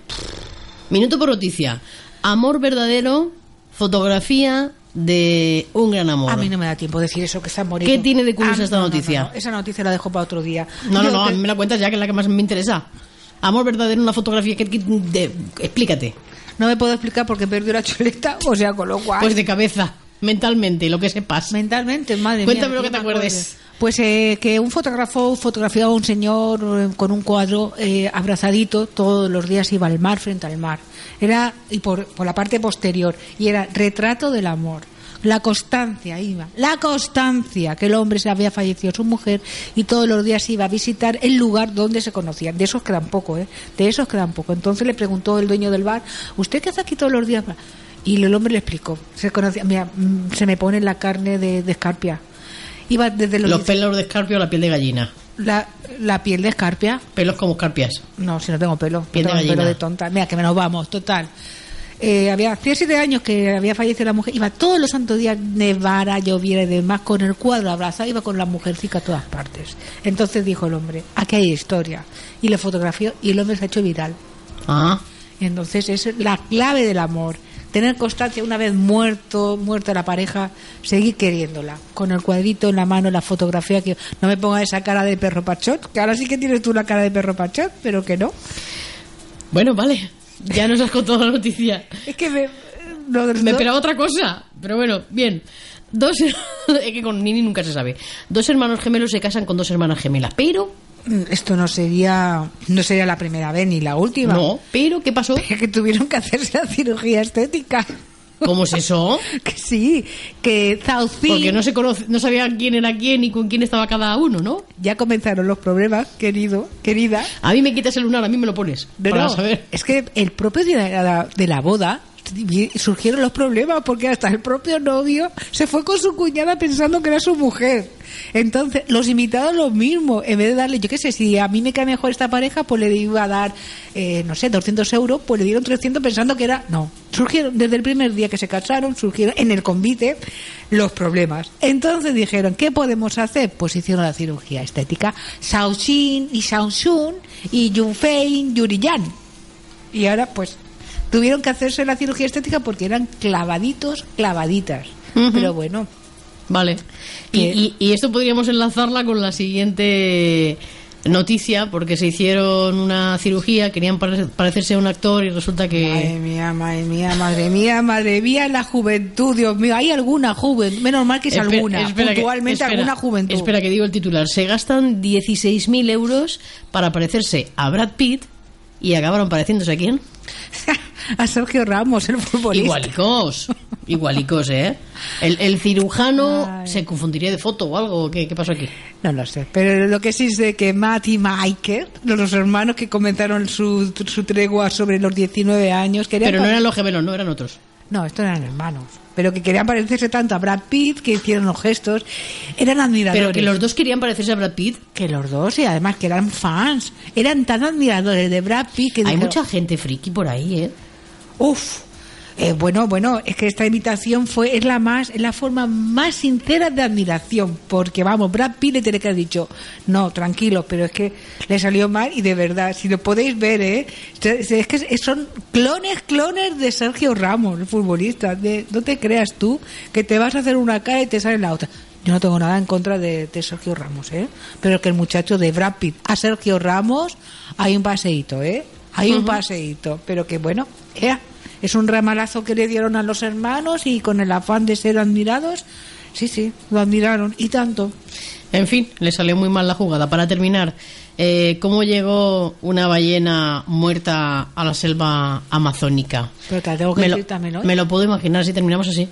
[SPEAKER 3] Minuto por noticia. Amor verdadero, fotografía de un gran amor.
[SPEAKER 4] A mí no me da tiempo decir eso, que está bonito.
[SPEAKER 3] ¿Qué tiene de curioso
[SPEAKER 4] Ah,
[SPEAKER 3] esta
[SPEAKER 4] no, no,
[SPEAKER 3] noticia?
[SPEAKER 4] no, no, esa noticia la dejo para otro día.
[SPEAKER 3] No, no,
[SPEAKER 4] Yo
[SPEAKER 3] no, a
[SPEAKER 4] te-
[SPEAKER 3] mí me la cuentas ya que es la que más me interesa. Amor verdadero, una fotografía que... que- de- explícate.
[SPEAKER 4] no me puedo explicar porque perdió la chuleta, o sea, con lo cual...
[SPEAKER 3] Pues de cabeza, mentalmente, lo que sepas.
[SPEAKER 4] Mentalmente, madre
[SPEAKER 3] Cuéntame
[SPEAKER 4] mía.
[SPEAKER 3] lo que te
[SPEAKER 4] me
[SPEAKER 3] acuerdes.
[SPEAKER 4] Pues eh, que un fotógrafo fotografiaba a un señor eh, con un cuadro eh, abrazadito todos los días, iba al mar frente al mar. Era, y por, por la parte posterior, y era retrato del amor. La constancia, iba. La constancia, que el hombre se había fallecido su mujer y todos los días iba a visitar el lugar donde se conocían. De esos quedan poco, ¿eh? De esos quedan poco. Entonces le preguntó el dueño del bar, ¿usted qué hace aquí todos los días? Y el hombre le explicó. Se conocía, mira, mm, se me pone la carne de, de escarpia. Iba desde los,
[SPEAKER 3] Los pelos de escarpio, la piel de gallina.
[SPEAKER 4] la, la piel de escarpia.
[SPEAKER 3] Pelos como escarpias.
[SPEAKER 4] No, si no tengo pelo.
[SPEAKER 3] Piel de
[SPEAKER 4] no tengo
[SPEAKER 3] gallina.
[SPEAKER 4] pelo de tonta. Mira, que nos vamos, total. Eh, había hacía siete años que había fallecido la mujer. Iba todos los santos días, nevara, lloviera y demás, con el cuadro abrazado, iba con la mujercica a todas partes. Entonces dijo el hombre, aquí hay historia. Y le fotografió y el hombre se ha hecho viral.
[SPEAKER 3] Ah,
[SPEAKER 4] Y entonces es la clave del amor. Tener constancia una vez muerto, muerta la pareja, seguir queriéndola. Con el cuadrito en la mano, la fotografía, que no me ponga esa cara de perro pachot, que ahora sí que tienes tú la cara de perro pachot, pero que no.
[SPEAKER 3] bueno, vale. Ya nos has contado la noticia.
[SPEAKER 4] Es que me... lo del-
[SPEAKER 3] Me esperaba otra cosa. Pero bueno, bien. Dos. es que con Nini nunca se sabe. Dos hermanos gemelos se casan con dos hermanas gemelas. Pero.
[SPEAKER 4] Esto no sería, no sería la primera vez ni la última.
[SPEAKER 3] No. ¿Pero qué pasó?
[SPEAKER 4] Es que tuvieron que hacerse la cirugía estética.
[SPEAKER 3] ¿Cómo es eso?
[SPEAKER 4] Que sí, que Zaucín...
[SPEAKER 3] Porque no se conoce, no sabía quién era quién y con quién estaba cada uno, ¿no?
[SPEAKER 4] Ya comenzaron los problemas, querido, querida.
[SPEAKER 3] A mí me quitas el lunar, a mí me lo pones.
[SPEAKER 4] No,
[SPEAKER 3] para
[SPEAKER 4] no,
[SPEAKER 3] saber.
[SPEAKER 4] Es que el propio día de la, de la boda vi- surgieron los problemas porque hasta el propio novio se fue con su cuñada pensando que era su mujer. Entonces, los invitados lo mismo. En vez de darle, yo qué sé, si a mí me cae mejor esta pareja, pues le iba a dar, eh, no sé, 200 euros, pues le dieron 300 pensando que era. No. Surgieron, desde el primer día que se casaron, surgieron en el convite los problemas. Entonces dijeron, ¿qué podemos hacer? Pues hicieron la cirugía estética. Shaoxin y Shaoxun y Yunfei Yuriyan. Y ahora, pues, tuvieron que hacerse la cirugía estética porque eran clavaditos, clavaditas.
[SPEAKER 3] Ujú.
[SPEAKER 4] Pero bueno,
[SPEAKER 3] Vale. Y,
[SPEAKER 4] Que-
[SPEAKER 3] y- y esto podríamos enlazarla con la siguiente noticia, porque se hicieron una cirugía, querían pare- parecerse a un actor y resulta
[SPEAKER 4] Madre
[SPEAKER 3] que...
[SPEAKER 4] mía, madre mía, madre mía, madre mía, la juventud, Dios mío, hay alguna juventud, menos mal que es
[SPEAKER 3] Espe-
[SPEAKER 4] alguna,
[SPEAKER 3] espera que-
[SPEAKER 4] puntualmente
[SPEAKER 3] espera,
[SPEAKER 4] alguna juventud.
[SPEAKER 3] Espera que digo el titular. Se gastan 16.000 euros para parecerse a Brad Pitt y acabaron pareciéndose a quién?
[SPEAKER 4] A Sergio Ramos, el futbolista.
[SPEAKER 3] Igualicos. Igualicos, ¿eh? El, el cirujano
[SPEAKER 4] Ay.
[SPEAKER 3] se confundiría de foto o algo. ¿Qué, qué pasó aquí?
[SPEAKER 4] No lo sé, pero lo que sí sé que Matt y Michael, los hermanos que comenzaron su, su tregua sobre los 19 años, querían
[SPEAKER 3] Pero no eran los gemelos, no eran otros.
[SPEAKER 4] No, estos eran hermanos. Pero que querían parecerse tanto a Brad Pitt, que hicieron los gestos. Eran admiradores.
[SPEAKER 3] Pero que los dos querían parecerse a Brad Pitt.
[SPEAKER 4] Que los dos, y además que eran fans. Eran tan admiradores de Brad Pitt que
[SPEAKER 3] Hay
[SPEAKER 4] dijeron,
[SPEAKER 3] mucha gente friki por ahí, ¿eh?
[SPEAKER 4] Uf. Eh, bueno, bueno, es que esta imitación fue es la más es la forma más sincera de admiración, porque vamos, Brad Pitt le tiene que haber dicho, no, tranquilo, pero es que le salió mal y de verdad, si lo podéis ver, eh, se- se- es que son clones, clones de Sergio Ramos, el futbolista. De, no te creas tú que te vas a hacer una cara y te sale la otra. Yo no tengo nada en contra de, de Sergio Ramos, ¿eh? Pero es que el muchacho de Brad Pitt a Sergio Ramos hay un paseíto, ¿eh? Hay un paseíto, pero que bueno, ea, es un ramalazo que le dieron a los hermanos y con el afán de ser admirados, sí, sí, lo admiraron y tanto.
[SPEAKER 3] En fin, le salió muy mal la jugada. Para terminar, eh, ¿cómo llegó una ballena muerta a la selva amazónica?
[SPEAKER 4] Pero te la tengo que
[SPEAKER 3] Me lo,
[SPEAKER 4] decir también hoy.
[SPEAKER 3] me lo puedo imaginar si terminamos así.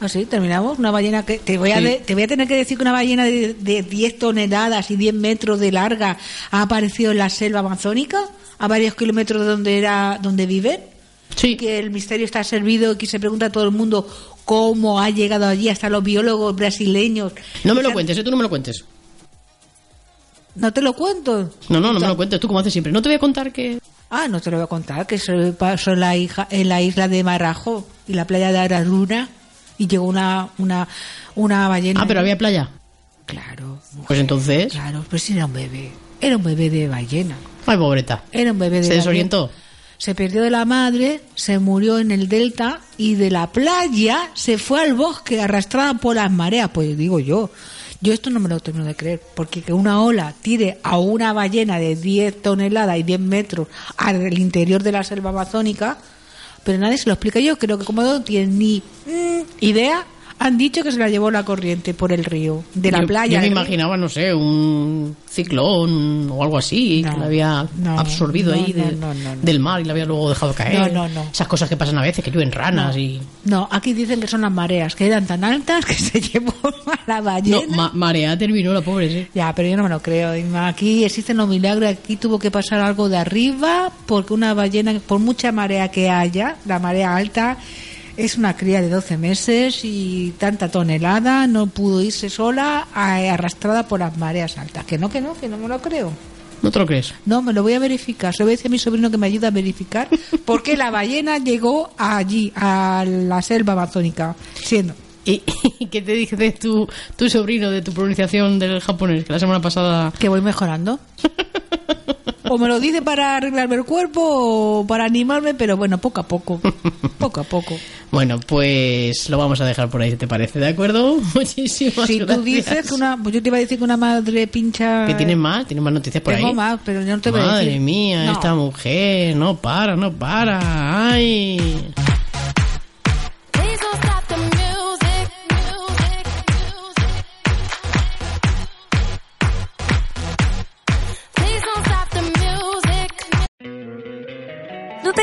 [SPEAKER 4] Así, terminamos. Una ballena que. Te voy, a
[SPEAKER 3] Sí.
[SPEAKER 4] de- te voy a tener que decir que una ballena de, de 10 toneladas y 10 metros de larga ha aparecido en la selva amazónica, a varios kilómetros de donde, era, donde viven.
[SPEAKER 3] Sí.
[SPEAKER 4] Que el misterio está servido y que se pregunta a todo el mundo cómo ha llegado allí, hasta los biólogos brasileños.
[SPEAKER 3] No me
[SPEAKER 4] O
[SPEAKER 3] lo
[SPEAKER 4] sea,
[SPEAKER 3] cuentes, ¿eh? tú no me lo cuentes.
[SPEAKER 4] No te lo cuento.
[SPEAKER 3] No, no, no me lo cuentes, tú como haces siempre. No te voy a contar que...
[SPEAKER 4] Ah, no te lo voy a contar, que se pasó en la, hija, en la isla de Marajo y la playa de Araruna y llegó una, una, una ballena.
[SPEAKER 3] Ah, pero había playa.
[SPEAKER 4] Claro.
[SPEAKER 3] Pues entonces...
[SPEAKER 4] Claro, pues era un bebé. Era un bebé de ballena.
[SPEAKER 3] Ay, pobreta.
[SPEAKER 4] Era un bebé de
[SPEAKER 3] Se
[SPEAKER 4] ballena.
[SPEAKER 3] desorientó.
[SPEAKER 4] Se perdió de la madre, se murió en el delta y de la playa se fue al bosque arrastrada por las mareas. Pues digo yo, yo esto no me lo termino de creer, porque que una ola tire a una ballena de 10 toneladas y 10 metros al interior de la selva amazónica, pero nadie se lo explica. Yo creo que como no tienen ni mm, idea, han dicho que se la llevó la corriente por el río, de la
[SPEAKER 3] Yo-
[SPEAKER 4] playa. ¿eh?
[SPEAKER 3] Yo me
[SPEAKER 4] del-
[SPEAKER 3] imaginaba, no sé, un ciclón o algo así
[SPEAKER 4] No,
[SPEAKER 3] que la había
[SPEAKER 4] no,
[SPEAKER 3] absorbido
[SPEAKER 4] no,
[SPEAKER 3] ahí
[SPEAKER 4] no,
[SPEAKER 3] de-
[SPEAKER 4] no, no, no.
[SPEAKER 3] del mar y la había luego dejado caer.
[SPEAKER 4] No, no, no.
[SPEAKER 3] Esas cosas que pasan a veces, que llueven ranas y...
[SPEAKER 4] No, aquí dicen que son las mareas, que eran tan altas que se llevó a la ballena.
[SPEAKER 3] No, ma- marea terminó la pobre, sí.
[SPEAKER 4] ya, pero yo no me lo creo. Inma. Aquí existen los milagros, aquí tuvo que pasar algo de arriba, porque una ballena, por mucha marea que haya, la marea alta, es una cría de 12 meses y tanta tonelada, no pudo irse sola, a- arrastrada por las mareas altas. Que no, que no, que no me lo creo.
[SPEAKER 3] ¿No te lo crees?
[SPEAKER 4] No, me lo voy a verificar. Se lo voy a decir a mi sobrino que me ayuda a verificar por qué la ballena llegó allí, a la selva amazónica, siendo.
[SPEAKER 3] ¿Y, y qué te dice de tu, tu sobrino de tu pronunciación del japonés? Que la semana pasada...
[SPEAKER 4] Que voy mejorando. O me lo dice para arreglarme el cuerpo o para animarme, pero bueno, poco a poco. Poco a poco.
[SPEAKER 3] Bueno, pues lo vamos a dejar por ahí, si te parece, ¿de acuerdo? Muchísimas
[SPEAKER 4] Si
[SPEAKER 3] gracias.
[SPEAKER 4] tú dices que una. pues Yo te iba a decir que una madre pincha.
[SPEAKER 3] Que tienen más, tienen más noticias por
[SPEAKER 4] Tengo
[SPEAKER 3] ahí.
[SPEAKER 4] más, pero yo no te voy a
[SPEAKER 3] Madre
[SPEAKER 4] decir.
[SPEAKER 3] mía,
[SPEAKER 4] No.
[SPEAKER 3] esta mujer, no para, no para. Ay.
[SPEAKER 2] Please don't stop the music, music, music. Please don't stop the music.
[SPEAKER 5] ¿No te